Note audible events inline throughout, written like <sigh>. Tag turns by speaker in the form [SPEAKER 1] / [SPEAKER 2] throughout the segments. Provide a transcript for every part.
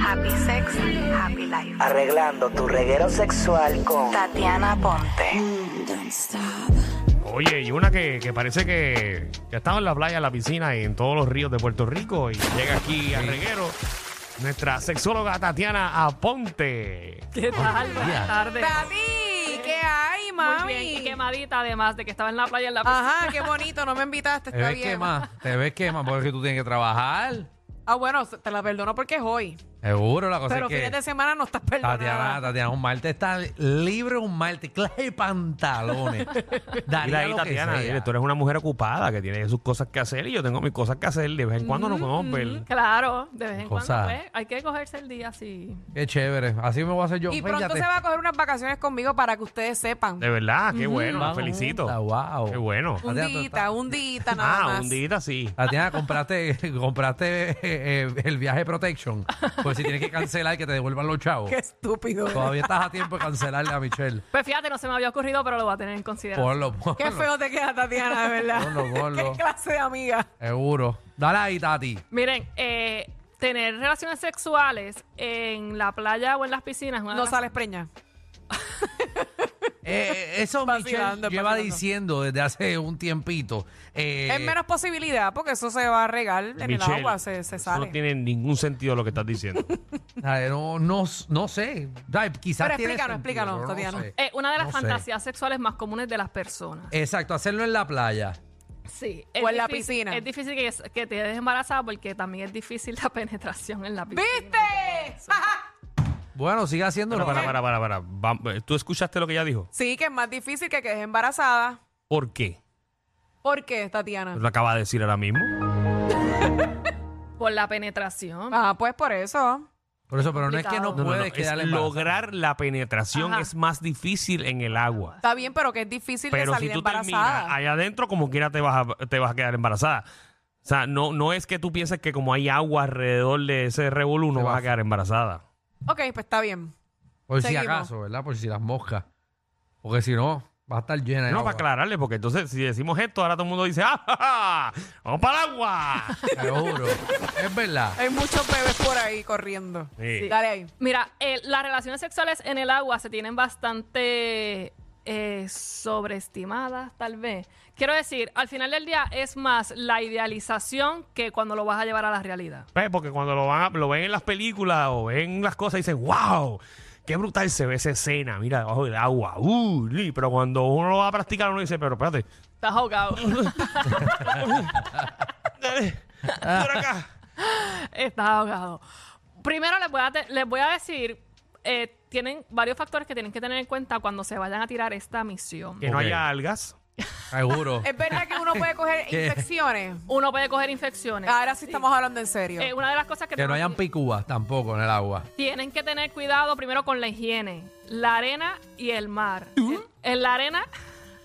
[SPEAKER 1] Happy Sex, Happy Life.
[SPEAKER 2] Arreglando tu reguero sexual con
[SPEAKER 1] Tatiana Ponte.
[SPEAKER 3] Oye, y una que, que parece que ya estaba en la playa, en la piscina y en todos los ríos de Puerto Rico y llega aquí al reguero nuestra sexóloga Tatiana Aponte.
[SPEAKER 4] ¿Qué tal? Buenas tardes.
[SPEAKER 5] Tati, ¿qué hay,
[SPEAKER 4] Eh, Muy
[SPEAKER 5] mami?
[SPEAKER 4] bien, y quemadita además de que estaba en la playa en la piscina.
[SPEAKER 5] Ajá, qué bonito, no me invitaste,
[SPEAKER 6] Te
[SPEAKER 5] está
[SPEAKER 6] ves
[SPEAKER 5] bien.
[SPEAKER 6] quemada, te ves quemada porque tú tienes que trabajar.
[SPEAKER 5] Ah, bueno, te la perdono porque es hoy.
[SPEAKER 6] Seguro, la cosa
[SPEAKER 5] Pero
[SPEAKER 6] es que
[SPEAKER 5] fines de semana no estás
[SPEAKER 6] Tatiana,
[SPEAKER 5] perdonada.
[SPEAKER 6] Tatiana, un martes está libre un martes, clase
[SPEAKER 5] <laughs>
[SPEAKER 6] de pantalones.
[SPEAKER 3] Mira
[SPEAKER 6] Daría
[SPEAKER 3] ahí,
[SPEAKER 6] lo que
[SPEAKER 3] Tatiana,
[SPEAKER 6] sea.
[SPEAKER 3] dile, tú eres una mujer ocupada que tiene sus cosas que hacer y yo tengo mis cosas que hacer. De vez en cuando nos podemos ver.
[SPEAKER 4] Claro, de vez en
[SPEAKER 6] Cosa.
[SPEAKER 4] cuando pues, hay que cogerse el día así.
[SPEAKER 6] Qué chévere, así me voy a hacer yo.
[SPEAKER 5] Y pronto
[SPEAKER 6] fíjate. <laughs>
[SPEAKER 5] se va a coger unas vacaciones conmigo para que ustedes sepan.
[SPEAKER 3] De verdad, qué bueno, la
[SPEAKER 6] Vamos
[SPEAKER 3] felicito.
[SPEAKER 6] juntas, wow.
[SPEAKER 3] Qué bueno.
[SPEAKER 5] Un
[SPEAKER 6] Tatiana, tú
[SPEAKER 5] dita,
[SPEAKER 6] estás-
[SPEAKER 5] un dita nada
[SPEAKER 3] Ah,
[SPEAKER 5] más.
[SPEAKER 3] un día sí.
[SPEAKER 6] Tatiana, compraste, <laughs> compraste eh, eh, el viaje Protection. Pues si tienes que cancelar, que te devuelvan los
[SPEAKER 5] <laughs> <laughs>
[SPEAKER 6] chavos.
[SPEAKER 5] Qué estúpido.
[SPEAKER 6] Todavía estás a tiempo de cancelarle a Michelle.
[SPEAKER 4] Pues fíjate, no se me había ocurrido, pero lo voy a tener en consideración.
[SPEAKER 6] Ponlo, ponlo.
[SPEAKER 5] Qué feo te queda, Tatiana, de verdad.
[SPEAKER 6] Ponlo,
[SPEAKER 5] <laughs>
[SPEAKER 6] ponlo.
[SPEAKER 5] Qué clase de amiga.
[SPEAKER 6] Seguro. Dale ahí, Tati.
[SPEAKER 4] Miren, eh, tener relaciones sexuales en la playa o en las piscinas es una de
[SPEAKER 5] No
[SPEAKER 4] las-
[SPEAKER 5] sales preña.
[SPEAKER 6] Eh, eh,
[SPEAKER 5] <laughs>
[SPEAKER 6] eso
[SPEAKER 5] Vacilando,
[SPEAKER 6] Michelle lleva
[SPEAKER 5] vacilando.
[SPEAKER 6] diciendo desde hace un tiempito. Eh,
[SPEAKER 5] es menos posibilidad porque eso se va a regar en
[SPEAKER 3] Michelle,
[SPEAKER 5] el agua, se, se
[SPEAKER 3] eso
[SPEAKER 5] sale.
[SPEAKER 3] no tiene ningún sentido lo que estás
[SPEAKER 5] <laughs>
[SPEAKER 3] diciendo.
[SPEAKER 6] a ver, no, no, no sé. Ay, quizás
[SPEAKER 5] Pero
[SPEAKER 6] tiene
[SPEAKER 5] explícanos,
[SPEAKER 6] sentido,
[SPEAKER 5] explícanos,
[SPEAKER 6] pero no
[SPEAKER 5] Tatiana.
[SPEAKER 6] sé.
[SPEAKER 4] Eh, una de las
[SPEAKER 6] No sé.
[SPEAKER 4] fantasías sexuales más comunes de las personas.
[SPEAKER 6] Exacto, hacerlo en la playa.
[SPEAKER 4] Sí.
[SPEAKER 5] O en la
[SPEAKER 4] difícil-
[SPEAKER 5] piscina.
[SPEAKER 4] Es difícil que, que te des embarazada porque también es difícil la <laughs> penetración en la piscina.
[SPEAKER 5] ¿Viste?
[SPEAKER 6] Bueno, sigue haciéndolo.
[SPEAKER 3] Pero para, para, para, para. Vam- ¿Tú escuchaste lo que ella dijo?
[SPEAKER 5] sí, que es más difícil que quedes embarazada.
[SPEAKER 3] ¿Por qué?
[SPEAKER 5] ¿Por qué, Tatiana?
[SPEAKER 3] Lo acaba de decir ahora mismo.
[SPEAKER 4] Por la penetración.
[SPEAKER 5] Ah, pues por eso.
[SPEAKER 6] Por eso, pero no es que no
[SPEAKER 4] Complicado.
[SPEAKER 6] puedes
[SPEAKER 3] es
[SPEAKER 6] quedar en
[SPEAKER 3] lograr la penetración
[SPEAKER 4] Ajá.
[SPEAKER 3] es más difícil en el agua.
[SPEAKER 5] Está bien, pero que es difícil
[SPEAKER 3] Pero
[SPEAKER 5] de
[SPEAKER 3] si
[SPEAKER 5] salir
[SPEAKER 3] tú terminas
[SPEAKER 5] embarazada.
[SPEAKER 3] allá adentro, como quiera te vas, a, te vas a quedar embarazada. O sea, no, no es que tú pienses que como hay agua alrededor de ese revolú, no
[SPEAKER 6] Te
[SPEAKER 3] vas a
[SPEAKER 6] vas.
[SPEAKER 3] quedar embarazada.
[SPEAKER 5] Ok, pues está bien.
[SPEAKER 6] Por si
[SPEAKER 5] Seguimos.
[SPEAKER 6] acaso, ¿verdad? Por si las moscas. Porque si no, va a estar llena de
[SPEAKER 3] No,
[SPEAKER 6] agua.
[SPEAKER 3] para aclararle, porque entonces si decimos esto, ahora todo el mundo dice, ¡ah, ja, ja! vamos para el agua!
[SPEAKER 6] Seguro. es verdad.
[SPEAKER 5] Hay muchos bebés por ahí corriendo.
[SPEAKER 3] Sí.
[SPEAKER 5] Dale ahí.
[SPEAKER 4] Mira, eh, las relaciones sexuales en el agua se tienen bastante eh, sobreestimadas, tal vez. Quiero decir, al final del día es más la idealización que cuando lo vas a llevar a la realidad.
[SPEAKER 3] Pues, porque cuando lo, van a- lo ven en las películas o ven las cosas, dicen, ¡wow! ¡Qué brutal se ve esa escena! Mira, debajo del agua. ¡Uh! li". Pero cuando uno lo va a practicar, uno dice, pero espérate,
[SPEAKER 4] Estás ahogado.
[SPEAKER 3] Dale, por acá.
[SPEAKER 4] Estás ahogado. Primero les voy a, te- les voy a decir, eh, tienen varios factores que tienen que tener en cuenta cuando se vayan a tirar esta misión.
[SPEAKER 3] Que no
[SPEAKER 6] Ok.
[SPEAKER 3] haya algas.
[SPEAKER 6] Seguro.
[SPEAKER 5] Es verdad que uno
[SPEAKER 3] <laughs>
[SPEAKER 5] puede coger infecciones.
[SPEAKER 4] Uno puede coger infecciones.
[SPEAKER 5] Ahora sí estamos hablando en serio.
[SPEAKER 4] Eh, una de las cosas que,
[SPEAKER 6] que no
[SPEAKER 4] tenemos-
[SPEAKER 6] hayan picúas tampoco en el agua.
[SPEAKER 4] Tienen que tener cuidado primero con la higiene, la arena y el mar. En- En la arena,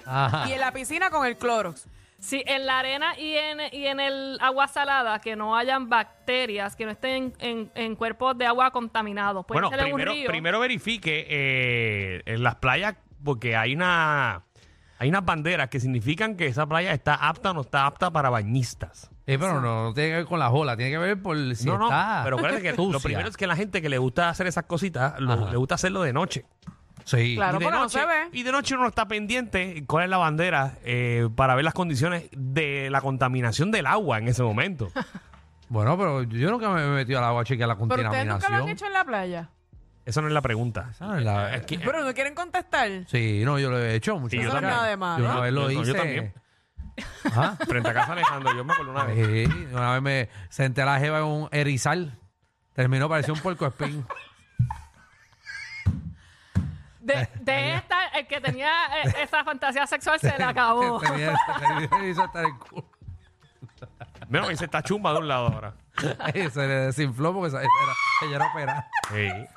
[SPEAKER 6] Ajá.
[SPEAKER 5] Y en la piscina con el clorox.
[SPEAKER 4] sí, en la arena y en, y en el agua salada, que no hayan bacterias, que no estén en, en cuerpos de agua contaminados. Puede
[SPEAKER 3] bueno,
[SPEAKER 4] ser en un
[SPEAKER 3] primero,
[SPEAKER 4] río.
[SPEAKER 3] primero verifique eh, en las playas, porque hay una hay unas banderas que significan que esa playa está apta o no está apta para bañistas.
[SPEAKER 6] Sí, pero no, no tiene que ver con la ola, tiene que ver por si
[SPEAKER 3] no, no,
[SPEAKER 6] está
[SPEAKER 3] pero acuérdate que lo
[SPEAKER 6] sucia.
[SPEAKER 3] primero es que la gente que le gusta hacer esas cositas, lo-
[SPEAKER 6] Ajá.
[SPEAKER 3] le gusta hacerlo de noche.
[SPEAKER 6] Sí.
[SPEAKER 5] Claro,
[SPEAKER 3] Y de
[SPEAKER 5] porque no
[SPEAKER 3] noche-
[SPEAKER 5] se ve.
[SPEAKER 3] Y de noche uno está pendiente cuál es la bandera eh, para ver las condiciones de la contaminación del agua en ese
[SPEAKER 6] <laughs>
[SPEAKER 3] momento.
[SPEAKER 6] Bueno, pero yo nunca me he metido al agua a chequear la
[SPEAKER 5] Pero ustedes
[SPEAKER 6] contaminación.
[SPEAKER 5] nunca lo han hecho en la playa.
[SPEAKER 3] Esa no es la pregunta.
[SPEAKER 6] Esa no es la-
[SPEAKER 3] Es que-
[SPEAKER 5] Pero no quieren contestar.
[SPEAKER 6] Sí, no, yo lo he hecho muchas
[SPEAKER 3] Sí, yo
[SPEAKER 6] veces.
[SPEAKER 3] también. Eso no es nada
[SPEAKER 5] de malo.
[SPEAKER 6] Yo una vez lo
[SPEAKER 3] Yo- yo
[SPEAKER 6] hice.
[SPEAKER 3] también.
[SPEAKER 6] Ajá.
[SPEAKER 3] frente a casa Alejandro, yo me acuerdo una vez.
[SPEAKER 6] Sí, una vez me senté a la jeva en un erizal. Terminó, parecía un
[SPEAKER 4] <laughs>
[SPEAKER 6] puerco espín.
[SPEAKER 4] De, de esta, el que tenía eh, esa fantasía sexual
[SPEAKER 3] <laughs>
[SPEAKER 4] se le acabó.
[SPEAKER 6] Tenía, tenía el erizal hasta el culo.
[SPEAKER 3] Menos que se está chumba de un lado ahora.
[SPEAKER 6] Y se le desinfló porque esa- esa era- ella era operada.
[SPEAKER 3] Sí.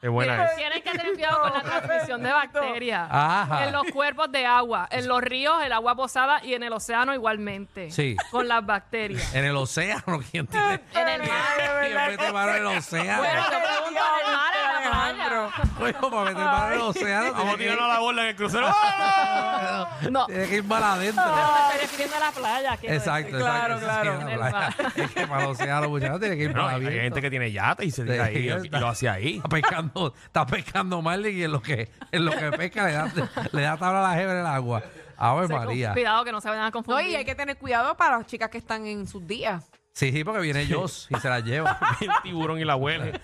[SPEAKER 3] Qué buena es.
[SPEAKER 4] Tienen que tener cuidado con la transmisión de bacterias
[SPEAKER 6] Ajá.
[SPEAKER 4] en los cuerpos de agua, en los ríos, el agua posada y en el océano igualmente.
[SPEAKER 6] Sí.
[SPEAKER 4] Con las bacterias.
[SPEAKER 6] En el océano,
[SPEAKER 4] <laughs>
[SPEAKER 6] ¿quién tiene?
[SPEAKER 4] en el mar.
[SPEAKER 6] ¿Quién mete mano en el océano?
[SPEAKER 4] Bueno, yo pregunto en el mar, en la playa.
[SPEAKER 6] Bueno, para meter mano en el océano.
[SPEAKER 3] Vamos a
[SPEAKER 6] tiene que-
[SPEAKER 3] tirarnos a la bola en el
[SPEAKER 4] <laughs>
[SPEAKER 3] crucero. ¡Ah!
[SPEAKER 4] No,
[SPEAKER 6] Tiene que ir para adentro.
[SPEAKER 4] me estoy refiriendo a la playa. quiero
[SPEAKER 6] Exacto,
[SPEAKER 5] Claro,
[SPEAKER 6] exacto.
[SPEAKER 5] claro.
[SPEAKER 6] Sí, en la playa. <laughs> Es que para el océano, muchachos, tiene que ir
[SPEAKER 3] No, hay,
[SPEAKER 6] para
[SPEAKER 3] hay
[SPEAKER 6] adentro.
[SPEAKER 3] gente que tiene yate y se tira ahí y lo hace ahí.
[SPEAKER 4] <laughs>
[SPEAKER 6] Está pescando, está pescando Marlin y en lo que, en lo que pesca le da, le da tabla a la jeva en el agua. Ave
[SPEAKER 4] decir.
[SPEAKER 6] María.
[SPEAKER 4] Cuidado que no se vayan a
[SPEAKER 5] No,
[SPEAKER 4] confundir.
[SPEAKER 5] y hay que tener cuidado para las chicas que están en sus días.
[SPEAKER 6] Sí, sí, porque viene Joss y se la lleva. <laughs>
[SPEAKER 3] El tiburón y la huele.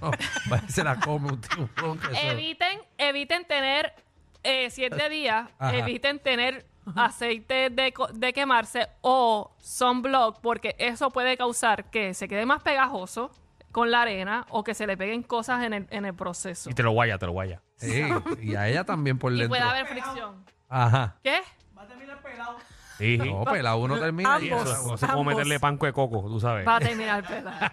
[SPEAKER 6] Uno va y se la come un tiburón. que eso-
[SPEAKER 4] Eviten, eviten tener eh, siete días,
[SPEAKER 6] Ajá.
[SPEAKER 4] eviten tener aceite de, co- de quemarse o sunblock, porque eso puede causar que se quede más pegajoso con la arena o que se le peguen cosas en el, en el proceso.
[SPEAKER 3] Y te lo guaya, te lo guaya.
[SPEAKER 6] Sí, y a ella también por
[SPEAKER 4] Y
[SPEAKER 6] dentro.
[SPEAKER 4] puede haber fricción.
[SPEAKER 6] Ajá.
[SPEAKER 4] ¿Qué?
[SPEAKER 3] Sí, sí.
[SPEAKER 6] No, pelado, uno termina. y
[SPEAKER 3] Eso,
[SPEAKER 5] Ambos.
[SPEAKER 3] no se puede meterle panco de coco, tú sabes.
[SPEAKER 4] Va a terminar
[SPEAKER 3] <laughs>
[SPEAKER 4] pelada.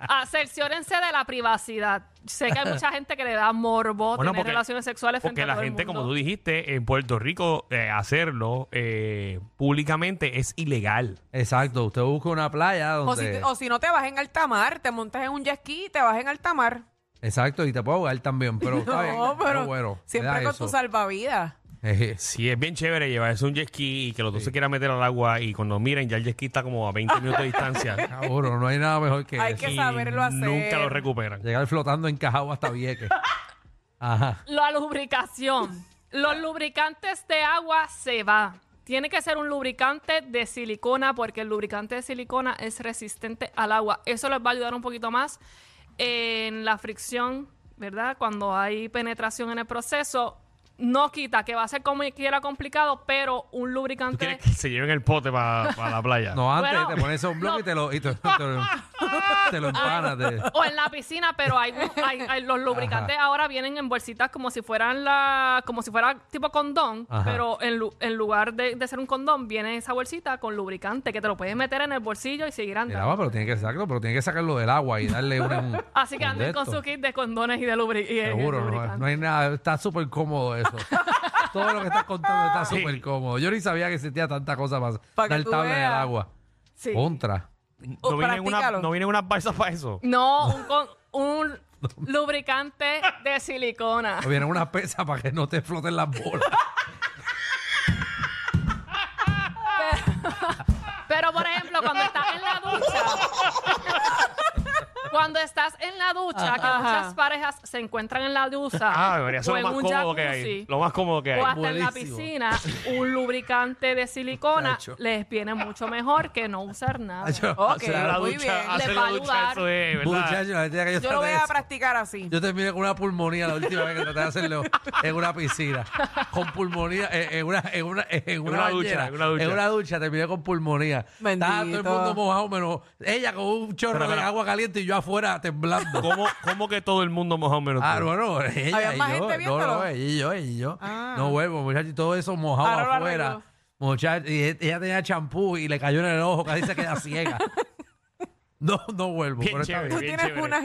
[SPEAKER 4] Ah, cerciórense de la privacidad. Sé
[SPEAKER 3] <laughs>
[SPEAKER 4] que hay mucha gente que le da morbo
[SPEAKER 3] Bueno,
[SPEAKER 4] tener
[SPEAKER 3] porque-
[SPEAKER 4] relaciones sexuales
[SPEAKER 3] Porque
[SPEAKER 4] frente a
[SPEAKER 3] la
[SPEAKER 4] todo el
[SPEAKER 3] gente, como
[SPEAKER 4] mundo.
[SPEAKER 3] tú dijiste, en Puerto Rico eh, hacerlo eh, públicamente es ilegal.
[SPEAKER 6] Exacto, usted busca una playa
[SPEAKER 5] O si,
[SPEAKER 6] donde.
[SPEAKER 5] o si no te vas en alta mar, te montas en un jet ski y te vas en alta mar.
[SPEAKER 6] Exacto, y te puede ahogar también, pero está
[SPEAKER 5] <laughs>
[SPEAKER 6] bien,
[SPEAKER 5] No, pero
[SPEAKER 6] bueno, te
[SPEAKER 5] siempre
[SPEAKER 6] da
[SPEAKER 5] con
[SPEAKER 6] eso. <laughs>
[SPEAKER 5] tu salvavidas.
[SPEAKER 6] Eh,
[SPEAKER 3] Sí, es bien chévere llevarse un jet ski y que los dos se quieran meter al agua y cuando miren ya el jet ski está como a 20 minutos de distancia.
[SPEAKER 6] Cabrón, no <laughs> hay nada mejor que
[SPEAKER 5] Hay
[SPEAKER 6] eso.
[SPEAKER 5] que
[SPEAKER 3] y
[SPEAKER 5] saberlo hacer.
[SPEAKER 3] Nunca lo recuperan.
[SPEAKER 6] Llegar flotando encajado hasta Vieques. Ajá.
[SPEAKER 4] La lubricación. Los lubricantes de agua se va. Tiene que ser un lubricante de silicona porque el lubricante de silicona es resistente al agua. Eso les va a ayudar un poquito más en la fricción, ¿verdad? Cuando hay penetración en el proceso. No quita, que va a ser como quiera complicado, pero un
[SPEAKER 3] ¿Tú
[SPEAKER 4] lubricante...
[SPEAKER 3] quieres que se lleven el pote para la playa? <laughs>
[SPEAKER 6] No, antes
[SPEAKER 4] Bueno.
[SPEAKER 6] te pones un bloque y te lo, y te, te lo, te lo empanas. te-
[SPEAKER 4] O en la piscina, pero hay, hay- hay- los lubricantes ahora vienen en bolsitas como si fueran la, como si fuera tipo condón,
[SPEAKER 6] Ajá.
[SPEAKER 4] pero en, lu- en lugar de, de ser un condón, viene esa bolsita con lubricante que te lo puedes meter en el bolsillo y seguir
[SPEAKER 6] El
[SPEAKER 4] andando.
[SPEAKER 6] agua, pero tiene que sacarlo, pero tiene que sacarlo del agua y darle un. un-
[SPEAKER 4] Así que
[SPEAKER 6] un de
[SPEAKER 4] anden con
[SPEAKER 6] esto.
[SPEAKER 4] su kit de condones y de lubri- y el
[SPEAKER 6] Seguro, no,
[SPEAKER 4] lubricante.
[SPEAKER 6] no hay nada, está súper cómodo eso. Todo lo que estás contando está súper cómodo. Yo ni sabía que existía tanta cosa más.
[SPEAKER 5] Pa' que
[SPEAKER 6] Dar
[SPEAKER 5] tú
[SPEAKER 6] tabla en el
[SPEAKER 5] veas.
[SPEAKER 6] agua.
[SPEAKER 4] Sí.
[SPEAKER 6] Contra.
[SPEAKER 3] ¿No vienen, una,
[SPEAKER 5] practícalo.
[SPEAKER 3] ¿No vienen unas balsas para eso?
[SPEAKER 4] No, un, con-
[SPEAKER 6] <laughs>
[SPEAKER 4] un lubricante de silicona.
[SPEAKER 6] O vienen unas pesas para que no te floten las bolas.
[SPEAKER 4] Pero por ejemplo, cuando estás en la ducha, cuando estás en la ducha, que muchas parejas se encuentran en la ducha,
[SPEAKER 3] Ah, debería
[SPEAKER 4] o
[SPEAKER 3] ser
[SPEAKER 4] en
[SPEAKER 3] lo más
[SPEAKER 4] un
[SPEAKER 3] cómodo que
[SPEAKER 4] jacuzzi,
[SPEAKER 3] hay. Lo más cómodo que hay.
[SPEAKER 4] o hasta en la
[SPEAKER 6] Buenísimo.
[SPEAKER 4] piscina, un lubricante de silicona
[SPEAKER 6] Chacho.
[SPEAKER 4] les viene mucho mejor que no usar nada.
[SPEAKER 6] <laughs>
[SPEAKER 5] Ok,
[SPEAKER 3] Hacer la
[SPEAKER 5] muy
[SPEAKER 3] ducha,
[SPEAKER 5] bien.
[SPEAKER 3] hacer
[SPEAKER 4] Les
[SPEAKER 3] la
[SPEAKER 4] va a
[SPEAKER 3] ducha,
[SPEAKER 4] ayudar.
[SPEAKER 3] eso es, ¿verdad?
[SPEAKER 6] Muchachos, la gente que yo,
[SPEAKER 5] Yo lo voy
[SPEAKER 6] traté
[SPEAKER 5] a
[SPEAKER 6] eso.
[SPEAKER 5] practicar así.
[SPEAKER 6] Yo terminé con una pulmonía la última vez que traté de hacerlo en una piscina. Con pulmonía, eh, en, una, en, una, en, una,
[SPEAKER 3] una ducha,
[SPEAKER 6] bañera,
[SPEAKER 3] en una ducha.
[SPEAKER 6] En una ducha terminé con pulmonía.
[SPEAKER 5] Bendito.
[SPEAKER 6] Estaba todo el mundo mojado, menos ella con un chorro
[SPEAKER 3] Pero, pero-
[SPEAKER 6] de agua caliente y yo afuera temblando.
[SPEAKER 3] ¿Cómo, ¿Cómo que todo el mundo más o menos?
[SPEAKER 6] Ah,
[SPEAKER 3] tú?
[SPEAKER 6] bueno, ella
[SPEAKER 5] ¿Había
[SPEAKER 6] y
[SPEAKER 5] más
[SPEAKER 6] yo.
[SPEAKER 5] gente
[SPEAKER 6] no,
[SPEAKER 5] viéndolo?
[SPEAKER 6] no, ella y yo, ella y yo.
[SPEAKER 5] Ah.
[SPEAKER 6] No vuelvo, muchachos, y todo eso mojado
[SPEAKER 5] Ahora lo
[SPEAKER 6] afuera.
[SPEAKER 5] arregló.
[SPEAKER 6] Muchachos, y e- ella tenía champú y le cayó en el ojo, casi se
[SPEAKER 5] <laughs>
[SPEAKER 6] queda ciega. No, no vuelvo,
[SPEAKER 3] Bien
[SPEAKER 6] pero está
[SPEAKER 3] chévere.
[SPEAKER 6] bien.
[SPEAKER 5] Tú
[SPEAKER 3] bien
[SPEAKER 5] tienes
[SPEAKER 3] chévere.
[SPEAKER 5] unas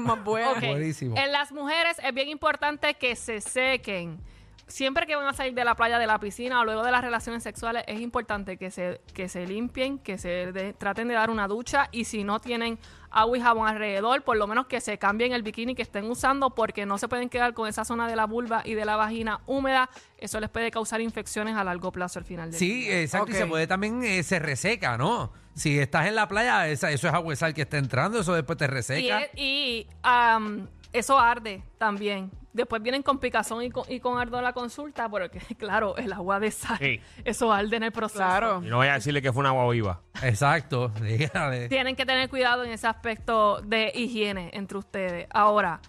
[SPEAKER 4] <laughs>
[SPEAKER 5] más buenas.
[SPEAKER 4] Ok.
[SPEAKER 6] Buenísimo.
[SPEAKER 4] En las mujeres es bien importante que se sequen. Siempre que van a salir de la playa, de la piscina o luego de las relaciones sexuales, es importante que se, que se limpien, que se de- traten de dar una ducha y si no tienen agua y jabón alrededor, por lo menos que se cambien el bikini que estén usando porque no se pueden quedar con esa zona de la vulva y de la vagina húmeda. Eso les puede causar infecciones a largo plazo al final del
[SPEAKER 6] Sí,
[SPEAKER 4] día.
[SPEAKER 6] exacto.
[SPEAKER 5] Ok.
[SPEAKER 6] Y se puede también, eh, se reseca, ¿no? Si estás en la playa, esa- eso es agua de sal que está entrando, eso después te
[SPEAKER 4] Y,
[SPEAKER 6] reseca.
[SPEAKER 4] es- y, am, eso arde también. Después vienen con picazón y con, y con ardor a la consulta, porque <laughs> claro, el agua de sal,
[SPEAKER 3] Sí.
[SPEAKER 4] eso arde en el proceso.
[SPEAKER 5] Claro.
[SPEAKER 3] Y no vaya a decirle que fue una agua viva.
[SPEAKER 6] Exacto. <laughs> dígale.
[SPEAKER 4] Tienen que tener cuidado en ese aspecto de higiene entre ustedes. Ahora,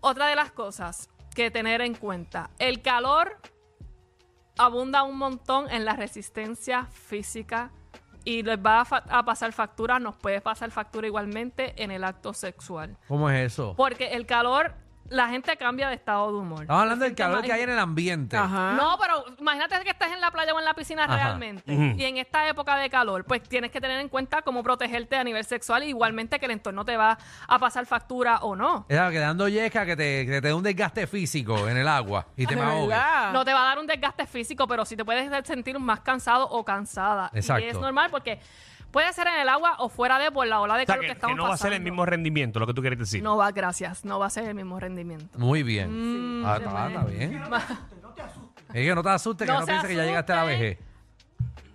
[SPEAKER 4] otra de las cosas que tener en cuenta, el calor abunda un montón en la resistencia física y les va a, fa- a pasar factura, nos puede pasar factura igualmente en el acto sexual.
[SPEAKER 6] ¿Cómo es eso?
[SPEAKER 4] Porque el calor la gente cambia de estado de humor.
[SPEAKER 6] Estamos hablando
[SPEAKER 4] Te
[SPEAKER 6] del
[SPEAKER 4] sientes
[SPEAKER 6] calor que
[SPEAKER 4] más-
[SPEAKER 6] hay en el ambiente.
[SPEAKER 5] Ajá.
[SPEAKER 4] No, pero imagínate que estás en la playa o en la piscina
[SPEAKER 6] ah. Ajá.
[SPEAKER 4] realmente y en esta época de calor, pues tienes que tener en cuenta cómo protegerte a nivel sexual, igualmente que el entorno te va a pasar factura o no.
[SPEAKER 6] Esa, quedando yesca que te, que te dé un desgaste físico en el agua y te
[SPEAKER 5] De
[SPEAKER 6] me ahogue.
[SPEAKER 5] verdad.
[SPEAKER 4] No te va a dar un desgaste físico, pero sí te puedes sentir más cansado o cansada.
[SPEAKER 6] Exacto.
[SPEAKER 4] Y es normal porque puede ser en el agua o fuera de por la ola de
[SPEAKER 3] O sea,
[SPEAKER 4] calor
[SPEAKER 3] que,
[SPEAKER 4] que,
[SPEAKER 3] que
[SPEAKER 4] estamos
[SPEAKER 3] no va a ser el
[SPEAKER 4] pasando.
[SPEAKER 3] mismo rendimiento, lo que tú quieres decir.
[SPEAKER 4] No va, gracias. No va a ser el mismo rendimiento.
[SPEAKER 6] Muy bien.
[SPEAKER 4] Mm,
[SPEAKER 6] Ah,
[SPEAKER 4] se
[SPEAKER 6] está,
[SPEAKER 4] puede.
[SPEAKER 6] está bien. Es que no te asustes, que
[SPEAKER 4] No
[SPEAKER 6] no,
[SPEAKER 4] se
[SPEAKER 6] pienses que ya llegaste a la
[SPEAKER 4] asusten.
[SPEAKER 6] vejez.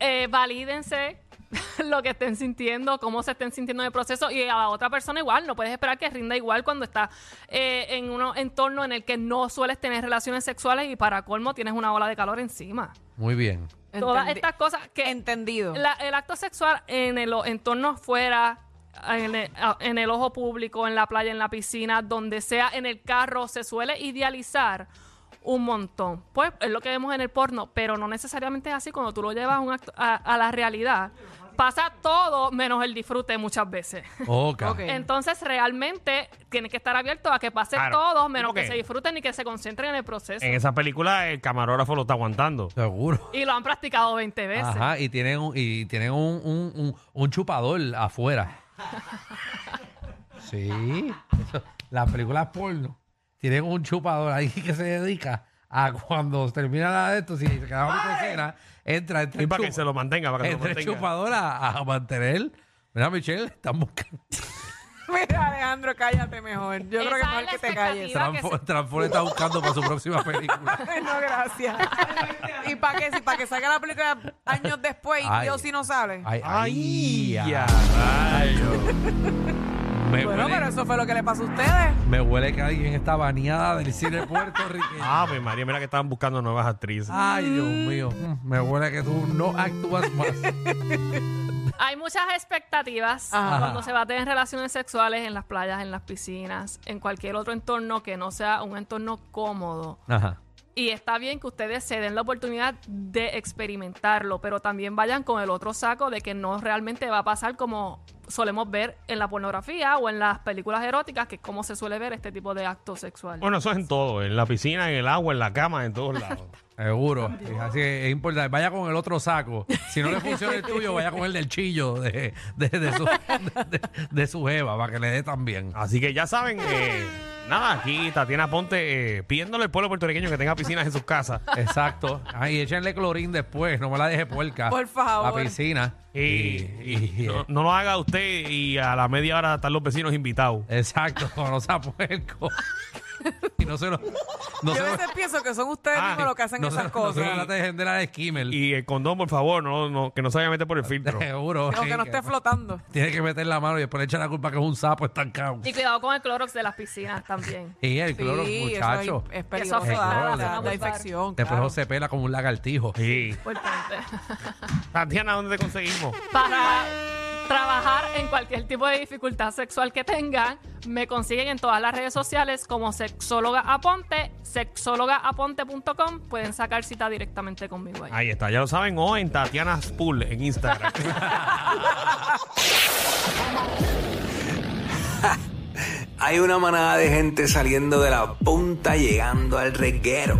[SPEAKER 4] eh, valídense <laughs> lo que estén sintiendo, cómo se estén sintiendo en el proceso y a la otra persona igual, no puedes esperar que rinda igual cuando está eh, en un entorno en el que no sueles tener relaciones sexuales y para colmo tienes una ola de calor encima.
[SPEAKER 6] Muy bien.
[SPEAKER 5] Entendi-
[SPEAKER 4] Todas estas cosas que
[SPEAKER 5] Entendido.
[SPEAKER 4] la- el acto sexual en el o- entorno fuera, en el, a- en el ojo público, en la playa, en la piscina, donde sea, en el carro, se suele idealizar un montón. Pues es lo que vemos en el porno, pero no necesariamente es así cuando tú lo llevas a, un acto- a- a la realidad. Pasa todo menos el disfrute muchas veces.
[SPEAKER 6] Oca.
[SPEAKER 5] Ok.
[SPEAKER 4] Entonces realmente tienes que estar abierto a que pase
[SPEAKER 3] Claro.
[SPEAKER 4] todo
[SPEAKER 3] ¿Y
[SPEAKER 4] menos
[SPEAKER 3] por qué? Eh.
[SPEAKER 4] que se disfruten y que se concentren en el proceso.
[SPEAKER 3] En esa película el camarógrafo lo está aguantando.
[SPEAKER 6] Seguro.
[SPEAKER 4] Y lo han practicado 20 veces.
[SPEAKER 6] Ajá, y tienen un, y tienen un, un, un- un chupador afuera. sí. eso, las películas porno tienen un chupador ahí que se dedica a cuando termina la de esto, si se queda una escena, entra, entra.
[SPEAKER 3] Y
[SPEAKER 6] el
[SPEAKER 3] para que
[SPEAKER 6] chupa-
[SPEAKER 3] se lo mantenga, para que se lo
[SPEAKER 6] entra el
[SPEAKER 3] mantenga.
[SPEAKER 6] chupador a, a mantener. Mira, Michelle, están buscando.
[SPEAKER 5] <laughs> Mira, Alejandro, cállate mejor. Yo
[SPEAKER 4] Esa
[SPEAKER 5] creo que
[SPEAKER 4] es
[SPEAKER 5] mejor
[SPEAKER 4] la
[SPEAKER 5] que te
[SPEAKER 4] expectativa.
[SPEAKER 5] calles.
[SPEAKER 4] Mira
[SPEAKER 5] <laughs>
[SPEAKER 4] que
[SPEAKER 6] Transfo- Transform está buscando para su próxima película.
[SPEAKER 5] no, gracias. <laughs> ¿Y para qué? Si para que salga la película años después y
[SPEAKER 6] Ay.
[SPEAKER 5] Dios si no sale.
[SPEAKER 3] ¡Ay,
[SPEAKER 6] Ay, ay,
[SPEAKER 3] ya,
[SPEAKER 6] ya.
[SPEAKER 3] rayo!
[SPEAKER 6] Me,
[SPEAKER 5] bueno,
[SPEAKER 6] huele,
[SPEAKER 5] pero eso fue lo que le pasó a ustedes.
[SPEAKER 6] me huele que alguien está baneada del cine puertorriqueño.
[SPEAKER 3] Ave María, mira que estaban buscando nuevas actrices.
[SPEAKER 6] Ay, Dios mío. Mm, Me huele que tú no actúas
[SPEAKER 5] <laughs>
[SPEAKER 6] más.
[SPEAKER 4] Hay muchas expectativas
[SPEAKER 5] Ajá.
[SPEAKER 4] cuando se va a tener relaciones sexuales en las playas, en las piscinas, en cualquier otro entorno que no sea un entorno cómodo.
[SPEAKER 6] Ajá.
[SPEAKER 4] Y está bien que ustedes se den la oportunidad de experimentarlo, pero también vayan con el otro saco de que no realmente va a pasar como solemos ver en la pornografía o en las películas eróticas, que es como se suele ver este tipo de acto sexual.
[SPEAKER 3] Bueno, eso es en todo, en la piscina, en el agua, en la cama, en todos lados.
[SPEAKER 6] Seguro. Así que es importante. Vaya con el otro saco. Si no le funciona el tuyo, vaya con el del chillo de, de, de su, de, de su jeva para que le dé también.
[SPEAKER 3] Así que ya saben, eh, nada, aquí Tatiana Ponte eh, pidiéndole al pueblo puertorriqueño que tenga piscinas en sus casas.
[SPEAKER 6] Exacto. Ay, échenle clorín después. No me la deje puerca.
[SPEAKER 5] Por favor.
[SPEAKER 6] La piscina.
[SPEAKER 3] Y, y
[SPEAKER 6] y-
[SPEAKER 3] no, no lo haga usted y a la media hora están los vecinos invitados.
[SPEAKER 6] Exacto. <laughs> No sea puerco. Y no se lo.
[SPEAKER 5] Yo
[SPEAKER 6] No se
[SPEAKER 5] a
[SPEAKER 6] lo.
[SPEAKER 5] veces pienso que son ustedes
[SPEAKER 6] Ah,
[SPEAKER 3] Ay,
[SPEAKER 5] mismos los que hacen
[SPEAKER 6] No se,
[SPEAKER 5] esas
[SPEAKER 6] no se lo
[SPEAKER 5] cosas.
[SPEAKER 6] trate de vender al esquimel.
[SPEAKER 3] Y el condón, por favor, no, no, que no se vaya a meter por el <laughs> filtro.
[SPEAKER 6] Seguro.
[SPEAKER 5] Aunque
[SPEAKER 6] sí,
[SPEAKER 5] no esté flotando.
[SPEAKER 6] Tiene que meter la mano y después le echa la culpa que es un sapo estancado.
[SPEAKER 4] Y cuidado con el clorox de las piscinas también.
[SPEAKER 6] Y el cloro,
[SPEAKER 5] Sí, eso
[SPEAKER 6] muchacho.
[SPEAKER 5] es- es
[SPEAKER 4] Eso
[SPEAKER 5] peligroso.
[SPEAKER 4] afecta
[SPEAKER 6] a la
[SPEAKER 5] Da,
[SPEAKER 6] salud.
[SPEAKER 5] da- da infección.
[SPEAKER 6] Después
[SPEAKER 5] claro.
[SPEAKER 6] se pela como un lagartijo.
[SPEAKER 3] Sí.
[SPEAKER 4] Importante. <laughs>
[SPEAKER 3] Tatiana, ¿dónde te conseguimos?
[SPEAKER 4] para trabajar en cualquier tipo de dificultad sexual que tengan, me consiguen en todas las redes sociales como sexóloga aponte, sexólogaaponte.com. Pueden sacar cita directamente conmigo ahí.
[SPEAKER 3] Ahí está, ya lo saben, o en Tatiana's Pool en Instagram.
[SPEAKER 2] Hay una manada de gente saliendo de la punta llegando al reguero.